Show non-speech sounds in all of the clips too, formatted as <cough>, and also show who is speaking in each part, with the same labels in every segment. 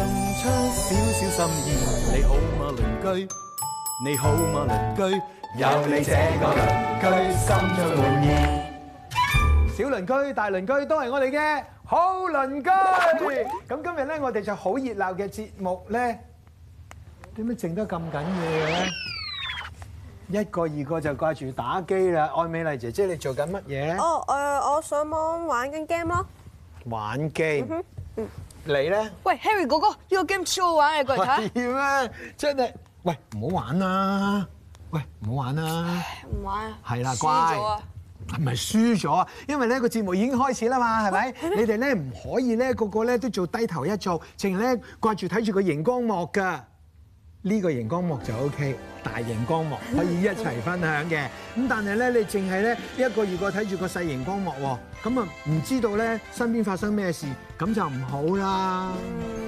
Speaker 1: 送出少少心意，你好嗎鄰居？你好嗎鄰居？有你這個鄰居，心中滿意。
Speaker 2: 小鄰居、大鄰居都係我哋嘅好鄰居。咁今日咧，我哋就好熱鬧嘅節目咧，點解靜得咁緊要嘅咧？一個二個就掛住打機啦。愛美麗姐姐，你做緊乜嘢？
Speaker 3: 哦，誒，我上網玩緊 game 咯。
Speaker 2: 玩 game。你咧？
Speaker 4: 喂，Harry 哥哥，呢個 game 超好玩嘅，
Speaker 3: <laughs>
Speaker 4: 過嚟睇。
Speaker 2: 係咩？真係， <laughs> 喂，唔好玩啦！喂，唔好玩啦！
Speaker 4: 唔玩啊！
Speaker 2: 係啦，
Speaker 4: 輸
Speaker 2: 乖。
Speaker 4: 咗啊
Speaker 2: 係咪輸咗啊？因為呢個節目已經開始
Speaker 4: <laughs>
Speaker 2: 啦嘛，係咪？你哋咧唔可以咧個個咧都做低頭一族，淨係咧掛住睇住個熒光幕㗎。呢個熒光幕就 OK，大熒光幕可以一齊分享嘅。
Speaker 4: 嗯
Speaker 2: 咁但係咧，你淨係咧一個二個睇住個細熒光幕喎，咁啊唔知道咧身邊發生咩事，咁就唔好啦。
Speaker 4: 嗯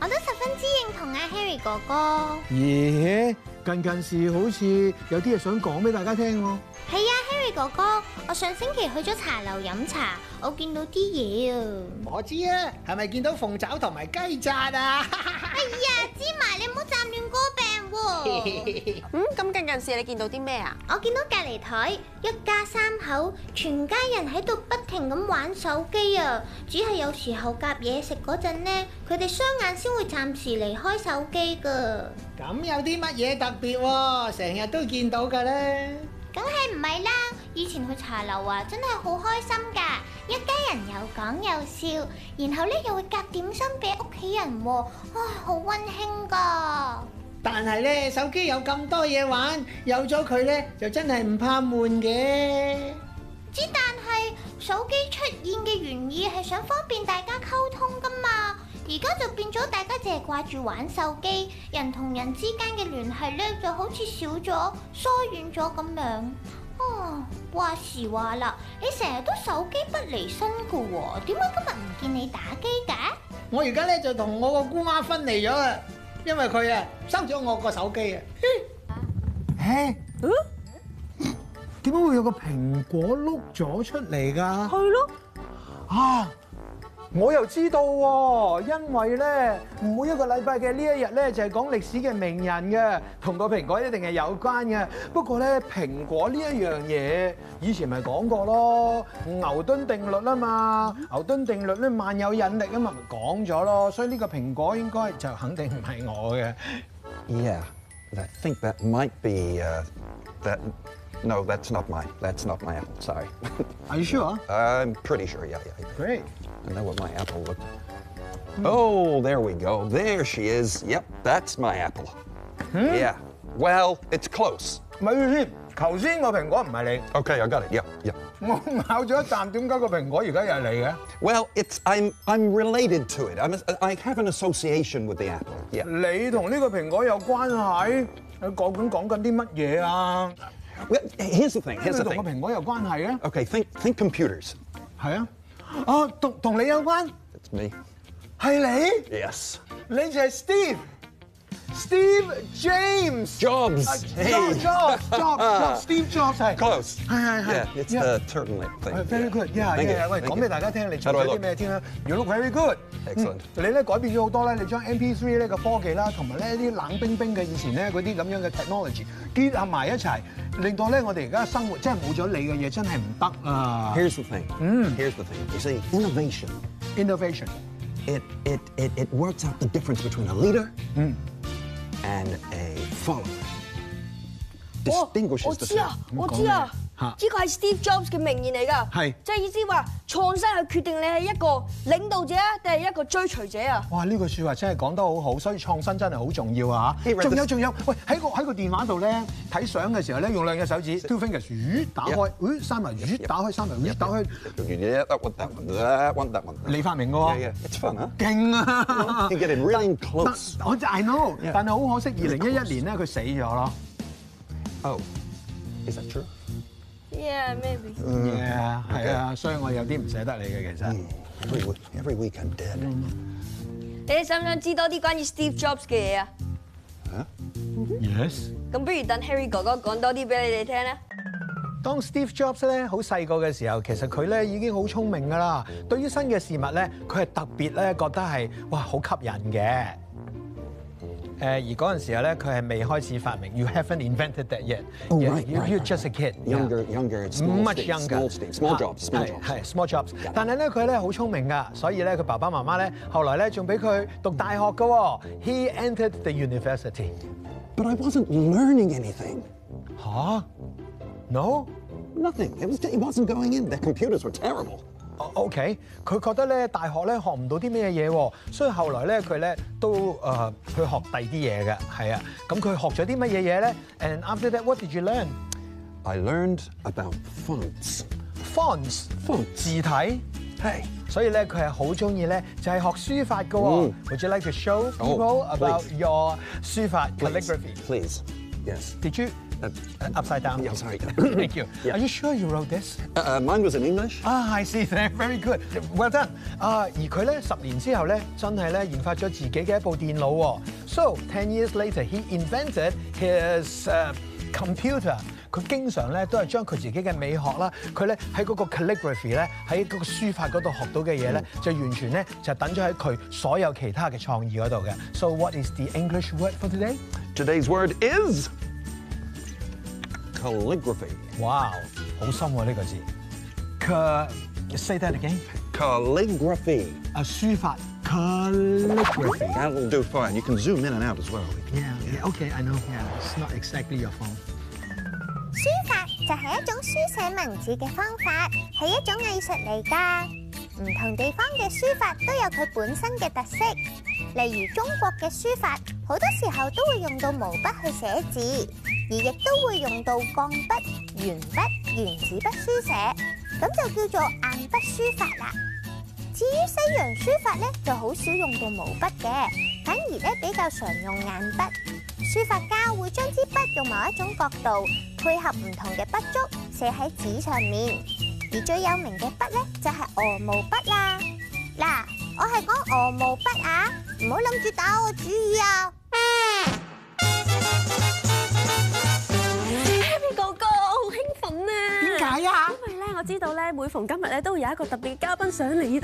Speaker 5: 我都十分之認同啊，Harry 哥哥。
Speaker 2: 咦，近近時好似有啲嘢想講俾大家聽喎。
Speaker 5: 係啊，Harry 哥哥，我上星期去咗茶樓飲茶，我見到啲嘢啊。
Speaker 6: 我知啊，係咪見到鳳爪同埋雞扎啊？
Speaker 5: 哎呀，芝麻你唔好斬亂歌病喎！
Speaker 2: <laughs>
Speaker 3: Ừ,
Speaker 4: 嗯，咁近近時你見到啲咩
Speaker 3: à.
Speaker 4: 啊？
Speaker 5: 我見到隔離台一家三口，全家人喺度不停咁玩手機啊！只係有時候夾嘢食嗰陣呢，佢哋雙眼先會暫時離開手機噶。
Speaker 6: 咁有啲乜嘢特別喎？成日都見到嘅咧。
Speaker 5: 梗係唔係啦！以前去茶樓啊，真係好開心㗎，一家人又講又笑，然後呢又會夾點心俾屋企人喎，唉，好温馨㗎！
Speaker 6: 但係咧，手機有咁多嘢玩，有咗佢咧就真係唔怕悶嘅。
Speaker 5: 之但係手機出現嘅原意係想方便大家溝通㗎嘛，而家就變咗大家淨係掛住玩手機，人同人之間嘅聯繫呢就好似少咗、疏遠咗咁樣。啊，話時話啦，你成日都手機不離身㗎喎，點解今日唔見你打機㗎？
Speaker 6: 我而家咧就同我個姑媽分離咗啊，因為佢啊收咗我個手機啊。 <laughs>
Speaker 2: 誒，點解會有個蘋果碌咗出嚟㗎？
Speaker 4: 係咯，
Speaker 2: 啊！我又知道喎，因為咧每一個禮拜嘅呢一日咧就係講歷史嘅名人嘅，同個蘋果一定係有關嘅。不過咧蘋果呢一樣嘢，以前咪講過咯，牛頓定律啊嘛，牛頓定律咧萬有引力啊嘛，咪講咗咯。所以呢個蘋果應該就肯定唔係我嘅。
Speaker 7: Yeah, but I think that might be uh, that. No, that's not mine. That's not my apple. Sorry. <laughs>
Speaker 2: Are you sure?
Speaker 7: I'm pretty sure. Yeah, yeah, yeah.
Speaker 2: Great.
Speaker 7: I know what my apple looked. Oh, there we go. There she is. Yep, that's my apple. Yeah. Well, it's close.
Speaker 2: 咪住先，頭先個蘋果唔係
Speaker 7: Okay, I got it. Yeah, yeah.
Speaker 2: 你，我咬咗一啖，點解個蘋果而家又係你嘅？
Speaker 7: Well, it's I'm I'm related to it. I'm a, I have an association with the apple. Yeah.
Speaker 2: 你同呢個蘋果有關係？你究竟講緊啲乜嘢啊？
Speaker 7: Well, here's the thing.
Speaker 2: 你
Speaker 7: Here's the
Speaker 2: 同個
Speaker 7: thing.
Speaker 2: 蘋果有關係咧？
Speaker 7: Okay, think think computers.
Speaker 2: 係啊，哦，同同你有關，
Speaker 7: That's me.
Speaker 2: 係
Speaker 7: Yes.
Speaker 2: 你，你就係 Steve。Steve James，Jobs，Jobs，Jobs，Jobs，Steve
Speaker 7: Jobs. Hey.
Speaker 2: Jobs 係
Speaker 7: Ah。 Close.
Speaker 2: 係係
Speaker 7: Yeah,
Speaker 2: 係
Speaker 7: it's the turtleneck thing.
Speaker 2: Oh, Very
Speaker 7: Yeah.
Speaker 2: good，yeah,
Speaker 7: Thank you,
Speaker 2: yeah. 喂，
Speaker 7: thank
Speaker 2: 講
Speaker 7: you.
Speaker 2: 俾大家聽，你
Speaker 7: How
Speaker 2: 做
Speaker 7: do I
Speaker 2: 咗啲
Speaker 7: look?
Speaker 2: 咩添啦？You look very good。嗯
Speaker 7: Excellent
Speaker 2: 你咧改變咗好多咧，你將 MP3 呢個科技啦，同埋咧啲冷冰冰嘅以前咧嗰啲咁樣嘅 technology 結合埋一齊，令到咧我哋而家生活真係冇咗你嘅嘢真係唔得啊
Speaker 7: Here's the thing. Here's the thing. You see, innovation,
Speaker 2: ！Innovation
Speaker 7: it, it, it, it works out the difference between a leader and a follower.
Speaker 4: 我
Speaker 7: Distinguishes
Speaker 4: 我
Speaker 7: the
Speaker 4: 知
Speaker 7: two.
Speaker 4: 啊，我知啊，
Speaker 2: 嚇
Speaker 8: 呢個係 Steve Jobs 嘅名言嚟㗎。
Speaker 2: 係
Speaker 8: 即係意思話創新係決定你係一個領導者啊，定係一個追隨者啊。
Speaker 2: 哇！呢句説話真係講得好好，所以創新真係好重要啊
Speaker 7: He read
Speaker 2: 仲有
Speaker 7: this-
Speaker 2: 仲有，喂喺個喺個電話度咧睇相嘅時候咧，用兩隻手指 two fingers，咦打開，咦閂埋，咦打開，閂埋，咦打開，
Speaker 7: Yeah, that one, that one, that one, that one.
Speaker 2: 你發明嘅
Speaker 7: Yeah,
Speaker 2: 喎
Speaker 7: yeah.。It's fun, huh?
Speaker 2: 勁啊 <laughs>
Speaker 7: You！get in really close.
Speaker 2: 但我就 I know，
Speaker 7: Yeah.
Speaker 2: 但係好可惜，二零一一年咧佢死咗咯。
Speaker 7: Oh, is that true?
Speaker 8: Yeah, maybe.
Speaker 7: Mm
Speaker 2: 係啊，係啊，所以我有啲唔捨得你嘅其實。
Speaker 7: Every week, every week I'm dead.
Speaker 8: 你哋想唔想知多啲關於 Steve Jobs 嘅嘢啊？
Speaker 2: Yes。
Speaker 8: 咁不如等 Harry 哥哥講多啲俾你哋聽啦。
Speaker 2: 當 Steve Jobs 咧好細個嘅時候，其實佢咧已經好聰明㗎啦。對於新嘅事物咧，佢係特別咧覺得係哇好吸引嘅。誒而嗰陣時候咧，佢係未開始發明，You haven't invented that yet。
Speaker 7: Oh, right,
Speaker 2: You-
Speaker 7: right,
Speaker 2: You're
Speaker 7: right,
Speaker 2: just a kid。
Speaker 7: Younger, younger, it's small
Speaker 2: much
Speaker 7: stakes,
Speaker 2: younger.
Speaker 7: small stakes, small
Speaker 2: 啊
Speaker 7: jobs, small
Speaker 2: 係
Speaker 7: jobs.
Speaker 2: 係 small jobs。但係咧佢咧好聰明㗎，所以咧佢爸爸媽媽咧後來咧仲俾佢讀大學㗎喎。He entered the university。
Speaker 7: But I wasn't learning anything.
Speaker 2: 吓？No？
Speaker 7: Nothing. It, was, it wasn't going in. Their computers were terrible.
Speaker 2: O- OK，佢覺得咧大學咧學唔到啲咩嘢喎，所以後來咧佢咧都誒去學第啲嘢嘅，係啊。咁佢學咗啲乜嘢嘢咧？And after that, what did you learn?
Speaker 7: I learned about fonts.
Speaker 2: Fonts，
Speaker 7: Fonts
Speaker 2: 字體。
Speaker 7: Hey,
Speaker 2: 所以咧佢係好中意咧就係學書法嘅喎
Speaker 7: 嗯。Oh，
Speaker 2: Would you like to show people about
Speaker 7: please.
Speaker 2: your 書法
Speaker 7: please,
Speaker 2: calligraphy?
Speaker 7: Please. Yes.
Speaker 2: Did you
Speaker 7: Uh,
Speaker 2: upside down?
Speaker 7: yeah, sorry.
Speaker 2: Thank you.
Speaker 7: Yeah.
Speaker 2: Are you sure you wrote this?
Speaker 7: Uh, uh, mine was in English.
Speaker 2: Ah, I see. <laughs> Very good. Well done. 啊，而佢咧十年之後咧，真係咧研發咗自己嘅一部電腦喎。So ten years later, he invented his、uh, computer. 佢經常咧都係將佢自己嘅美學啦，佢咧喺嗰個 calligraphy 咧喺嗰個書法嗰度學到嘅嘢咧，就完全咧就等咗喺佢所有其他嘅創意嗰度嘅。So what is the English word for today?
Speaker 7: Today's word is calligraphy.
Speaker 2: 哇，好深喎呢個字。佢 say that again。
Speaker 7: Calligraphy.
Speaker 2: 啊，書法 calligraphy。
Speaker 7: That'll do fine. You can zoom in and out as well.
Speaker 2: Yeah, yeah, okay, I know. Yeah, it's not exactly your phone.
Speaker 5: 書法就係一種書寫文字嘅方法，係一種藝術嚟㗎。唔同地方嘅書法都有佢本身嘅特色，例如中國嘅書法，好多時候都會用到毛筆去寫字，而亦都會用到鋼筆、鉛筆、原子筆書寫，咁就叫做硬筆書法啦。至於西洋書法咧，就好少用到毛筆嘅，反而咧比較常用硬筆。書法家會將支筆用某一種角度，配合唔同嘅筆觸寫喺紙上面。而最有名嘅筆咧，就係鵝毛筆啦。嗱，我係講鵝毛筆啊，唔好諗住打我主意啊！
Speaker 3: Harry 哥哥，我好興奮啊！點解啊？因為咧，我知道咧，每逢今日咧都會有一個特別嘅嘉賓上 <gasps> 嚟。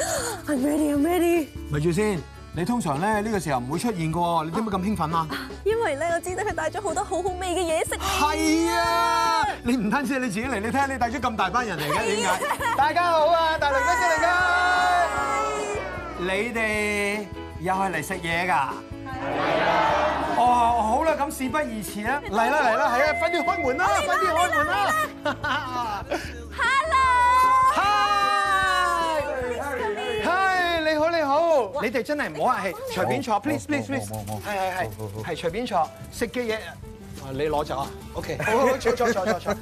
Speaker 3: I'm ready, I'm ready。
Speaker 2: 咪住先，你通常咧呢個時候唔會出現嘅喎，你點解咁興奮啊？
Speaker 3: 因為咧，我知道佢帶咗好多好好味嘅嘢食。
Speaker 2: 係啊，你唔單止係你自己嚟，你睇下你帶咗咁大班人嚟嘅，點解？大家好
Speaker 1: à,
Speaker 2: 啊，大鄰居小鄰居，你哋又係嚟食嘢㗎？係
Speaker 1: à.
Speaker 2: 啊。哦，好啦，咁事不宜遲啦，嚟啦嚟啦，係啊，快啲開門啦，快啲開門啦。Hello。Hi，你好你好，你哋真係唔好客氣，隨便坐，please please please，係係係係隨便坐，食嘅嘢。啊你攞走啊？OK，好 <laughs> 好，坐坐坐坐坐。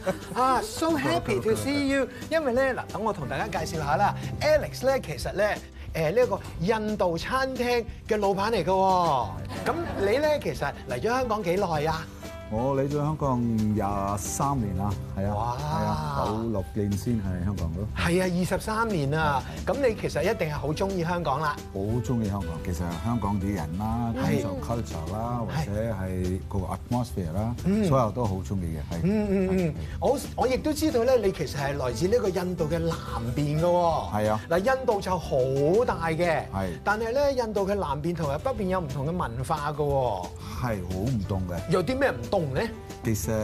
Speaker 2: 啊，so happy to see you。因為咧嗱，等我同大家介紹下啦。Alex 咧其實咧誒呢一個印度餐廳嘅老闆嚟嘅喎。咁你咧其實嚟咗香港幾耐啊？
Speaker 9: 我嚟咗香港廿三年啦，係
Speaker 2: 哇
Speaker 9: 啊，係啊，九六年先喺香港咯，
Speaker 2: 係啊，二十三年啊。咁你其實一定係好中意香港啦。
Speaker 9: 好中意香港。其實香港啲人啦，
Speaker 2: 係
Speaker 9: 感受 culture 啦，
Speaker 2: 係
Speaker 9: 或者係個 atmosphere 啦，所有都好中意嘅，係。
Speaker 2: 嗯嗯嗯，我我亦都知道咧，你其實係來自呢個印度嘅南邊嘅喎。
Speaker 9: 係啊
Speaker 2: 嗱，印度就好大嘅。
Speaker 9: 係
Speaker 2: 但係咧，印度嘅南邊同埋北邊有唔同嘅文化嘅喎。
Speaker 9: 係好唔同嘅。呃
Speaker 2: 有啲咩唔同咧？
Speaker 9: 其實誒，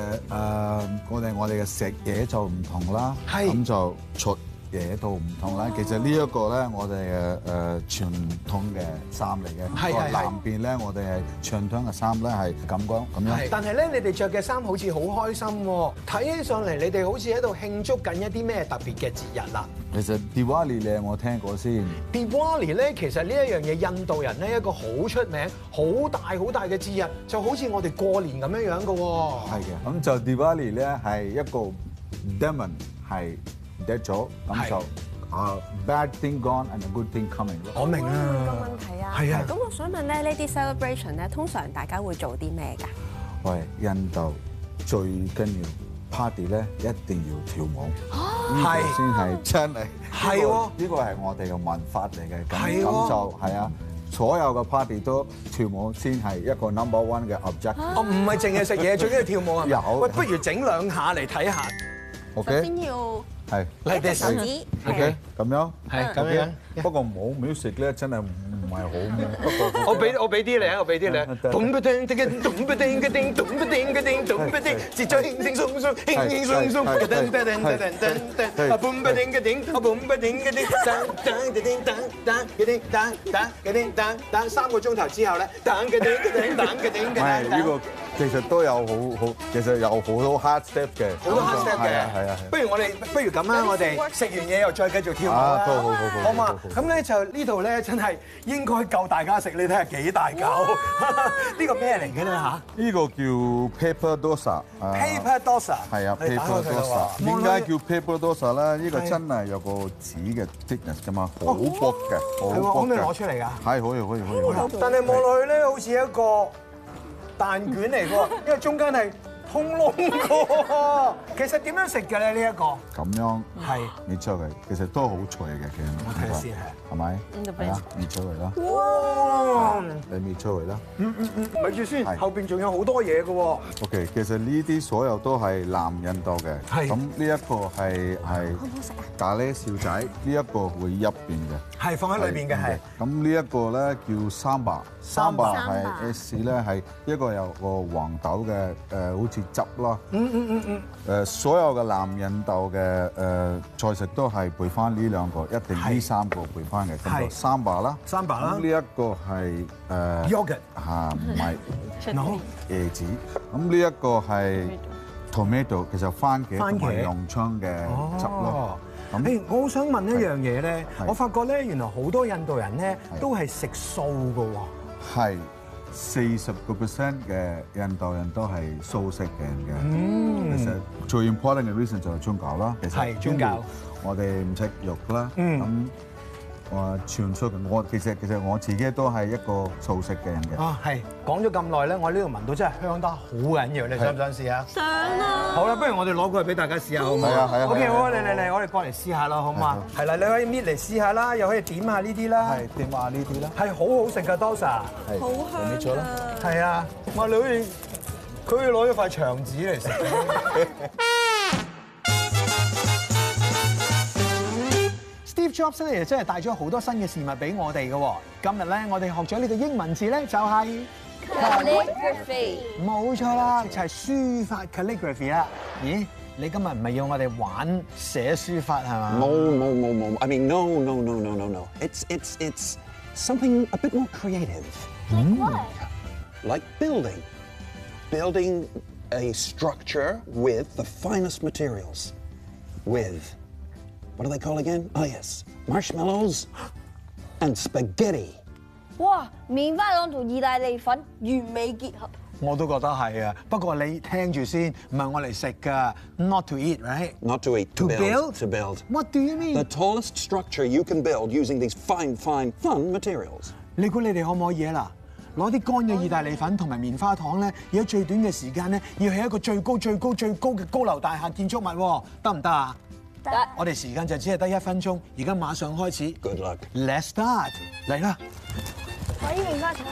Speaker 9: 我哋我哋嘅食嘢就唔同啦，
Speaker 2: 係
Speaker 9: 咁就出嘢度唔同啦。其實呢一個咧，我哋嘅誒傳統嘅衫嚟嘅，
Speaker 2: 係
Speaker 9: 個
Speaker 2: 係
Speaker 9: 南邊咧，我哋係傳統嘅衫咧係咁樣咁樣。
Speaker 2: 但係咧，你哋着嘅衫好似好開心喎，睇起上嚟你哋好似喺度慶祝緊一啲咩特別嘅節日啦。
Speaker 9: 其實 Diwali 咧，我聽過先。
Speaker 2: Diwali 咧，其實呢一樣嘢，印度人咧一個好出名、好大好大嘅節日，就好似我哋過年咁樣樣嘅喎。
Speaker 9: 係嘅，咁就 Diwali 咧係一個 demon 係 dead 咗，咁
Speaker 2: 係
Speaker 9: 就啊 bad thing gone and a good thing coming 咯。
Speaker 2: 我明
Speaker 3: 個
Speaker 2: 啦
Speaker 3: 問。題啊，
Speaker 2: 係啊
Speaker 3: 咁我想問咧，呢啲 celebration 咧，通常大家會做啲咩㗎？
Speaker 9: 喂，印度最緊要 party 咧一定要跳舞，呢個
Speaker 2: 係
Speaker 9: 先係真係。
Speaker 2: 係喎
Speaker 9: 呢個係我哋嘅文法嚟嘅，
Speaker 2: 係
Speaker 9: 咁
Speaker 2: 喎
Speaker 9: 咁就係啊。所有嘅 party 都跳舞先係一個 number one 嘅 objective。
Speaker 2: 我唔係淨係食嘢，最緊要跳舞啊！
Speaker 9: 有
Speaker 2: <laughs> 喂，不如整兩下嚟睇下。
Speaker 3: 首
Speaker 9: OK，
Speaker 3: 先要
Speaker 9: 係
Speaker 2: 嚟
Speaker 3: 隻手指
Speaker 9: OK，咁樣
Speaker 2: 係
Speaker 9: OK。不過冇 music 咧，真係唔係好。
Speaker 2: <laughs>
Speaker 9: 不過
Speaker 2: 我俾我俾啲你啊，我俾啲你啊
Speaker 9: 得。得
Speaker 2: 咚不叮叮嘅咚不叮嘅叮咚不叮嘅叮咚不叮，節奏輕輕鬆鬆，輕輕鬆鬆，噔
Speaker 9: 係
Speaker 2: 噔
Speaker 9: 係
Speaker 2: 噔噔噔噔噔，啊嘣不叮嘅叮，啊嘣不叮嘅叮，噔噔嘅叮噔噔嘅叮噔噔嘅叮噔噔，三個鐘頭之後咧，噔嘅叮嘅叮，噔嘅叮嘅
Speaker 9: 唔係
Speaker 2: 叮，
Speaker 9: 呢個，其實都有好好，其實有好多 hard step 嘅，
Speaker 2: 好多 hard step
Speaker 9: 係啊係
Speaker 2: 嘅
Speaker 9: 啊。係
Speaker 2: 不如我哋不如咁啦，我哋食完嘢又再繼續跳舞
Speaker 9: 啊
Speaker 2: 啦
Speaker 9: 啊，。都好好好，
Speaker 2: 好嘛
Speaker 9: 好？好
Speaker 2: 咁咧就呢度咧真係應該夠大家食，你睇下幾大
Speaker 9: <laughs>
Speaker 2: 嚿？呢個咩嚟嘅咧嚇
Speaker 9: 呢個叫 paper dosa 啊
Speaker 2: ？Paper dosa
Speaker 9: 係啊
Speaker 2: 你打開
Speaker 9: ，paper
Speaker 2: 佢啦喎
Speaker 9: dosa。點解叫 paper dosa 咧？呢個
Speaker 2: 係
Speaker 9: 真係有個紙嘅 thickness 噶嘛，好薄嘅，
Speaker 2: 係
Speaker 9: 好
Speaker 2: 喎，可
Speaker 9: 薄
Speaker 2: 唔可以攞
Speaker 9: 嘅。
Speaker 2: 出嚟㗎？
Speaker 9: 係可以可以可以可以。
Speaker 2: 但係望落去咧，好似一個蛋卷嚟
Speaker 9: <laughs>
Speaker 2: 喎，因為中間係通窿嘅喎。其實點樣食嘅咧？呢一個
Speaker 9: 咁樣
Speaker 2: 係
Speaker 9: 搣出嚟，其實都好脆嘅，其實。
Speaker 2: 我睇下先係。
Speaker 9: 係咪？係啊，搣出嚟啦，
Speaker 2: 哇！
Speaker 9: 你搣出嚟啦。
Speaker 2: 咪住先，
Speaker 9: 嗯係
Speaker 2: 後邊仲有好多嘢嘅喎。
Speaker 9: OK，其實呢啲所有都係南印度嘅，
Speaker 2: 係
Speaker 9: 咁呢一個係係咖喱小仔，呢一個會入邊嘅，
Speaker 2: 係放喺裏邊嘅係。
Speaker 9: 咁呢一個咧叫三白，三白
Speaker 2: Samba
Speaker 9: 係 S 咧係一個有個黃豆嘅
Speaker 2: ờ,
Speaker 9: 誒，好似汁啦。嗯嗯嗯嗯。誒，所有嘅南印度嘅
Speaker 2: ờ,
Speaker 9: 誒菜式都係配翻呢兩個，一定
Speaker 2: 係
Speaker 9: 呢三個配翻嘅。咁
Speaker 2: 係
Speaker 9: 就三白啦，
Speaker 2: Samba 啦
Speaker 9: 咁呢一個係誒
Speaker 2: Yogurt
Speaker 9: 嚇唔係。
Speaker 2: No，
Speaker 9: 椰子，咁呢一個係 tomato，其實番茄
Speaker 2: 番茄
Speaker 9: 同埋洋葱嘅汁咯。咁
Speaker 2: 哦誒，我好想問一樣嘢咧，
Speaker 9: 係
Speaker 2: 我發覺咧，原來好多印度人咧
Speaker 9: 係
Speaker 2: 都係食素嘅喎。
Speaker 9: 係四十個 percent 嘅印度人都係素食嘅人嘅。其實最 important 嘅 reason 就係宗教啦。其實
Speaker 2: 嗯係宗教，
Speaker 9: 我哋唔食肉啦。
Speaker 2: 嗯
Speaker 9: 咁我傳出嘅，我其實其實我自己都係一個素食嘅人嘅。
Speaker 2: 啊，係講咗咁耐咧，我呢度聞到真係香得好緊要，你想唔想試下？
Speaker 3: 上啦。
Speaker 2: 好啦，不如我哋攞過去俾大家試下好唔好？
Speaker 9: 係啊係啊
Speaker 2: ，OK，
Speaker 9: 係啊
Speaker 2: 好啊，
Speaker 9: 係
Speaker 2: 嚟
Speaker 9: 啊
Speaker 2: 嚟嚟，我哋過嚟試下啦，好嘛？係啦，你可以搣嚟試下啦，又可以點下呢啲啦，
Speaker 9: 係點啊？呢啲啦，
Speaker 2: 係好好食噶 Dosa，
Speaker 9: 係好香啦。
Speaker 2: 係啊，哇！你好似佢好似攞咗塊牆紙嚟食。Steve Jobs 咧，真係帶咗好多新嘅事物俾我哋嘅喎。今日咧，我哋學咗呢個英文字咧，就係、冇錯啦，就係書法 calligraphy 啦。咦，你今日唔係要我哋玩寫書法係嘛？
Speaker 7: No, no, no, no. I mean, no, no, no, no, no, no. It's, it's, it's something a bit more creative. Like building. Building a structure with the finest materials. With, what do they call again? Oh, yes, marshmallows and spaghetti.
Speaker 8: 哇！棉花糖同意大利粉完美結合。
Speaker 2: 我都覺得係啊，不過你聽住先，唔係我嚟食㗎，not to eat，right？
Speaker 7: Not to eat, to,
Speaker 2: To build?
Speaker 7: To build.
Speaker 2: What do you
Speaker 7: The
Speaker 2: mean？
Speaker 7: tallest structure you can build using these fine, fine, fun materials.
Speaker 2: 你估你哋可唔可以啊啦？攞啲乾嘅意大利粉同埋棉花糖咧，要喺最短嘅時間咧，要起一個最高、最高、最高嘅高樓大廈建築物喎，得唔得啊？
Speaker 8: 得
Speaker 1: Dạ.
Speaker 2: 我哋時間就只係得一分鐘，而家馬上開始
Speaker 7: Good luck.
Speaker 2: ，Let's start，嚟啦！
Speaker 8: 我啲棉花糖，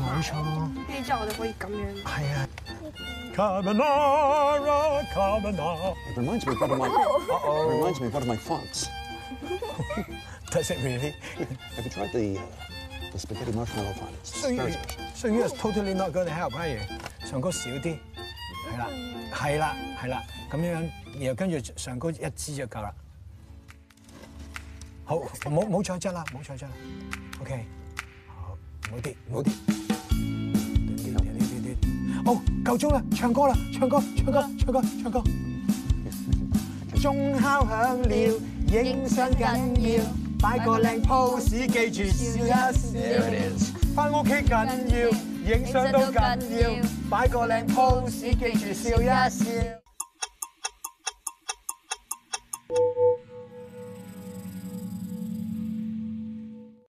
Speaker 2: 冇錯，
Speaker 8: 跟住之後我哋可以咁樣。
Speaker 2: 係啊。
Speaker 7: It reminds me of one of my.
Speaker 2: Oh.
Speaker 7: It reminds me of one of my fonts.
Speaker 2: Does it really?
Speaker 7: Have you tried the uh, the spaghetti marshmallow font? It's
Speaker 2: So you,
Speaker 7: very special.
Speaker 2: so you are totally not going to help,
Speaker 1: 哎
Speaker 2: are you？上高少啲，
Speaker 8: 嗯
Speaker 2: 係啦，係啦，係啦，咁樣，然後跟住上高一支就夠啦。
Speaker 1: 好，冇冇錯質啦，冇錯質啦。OK，好，冇啲，冇啲。哦，夠鐘啦，唱歌啦，唱歌，唱歌，唱歌，唱
Speaker 8: <laughs>
Speaker 1: 歌。
Speaker 8: 鐘敲響了，影相緊要，擺個靚 pose，記住笑一笑。翻屋企緊要，影相都緊要，擺個靚 pose，記住笑一笑。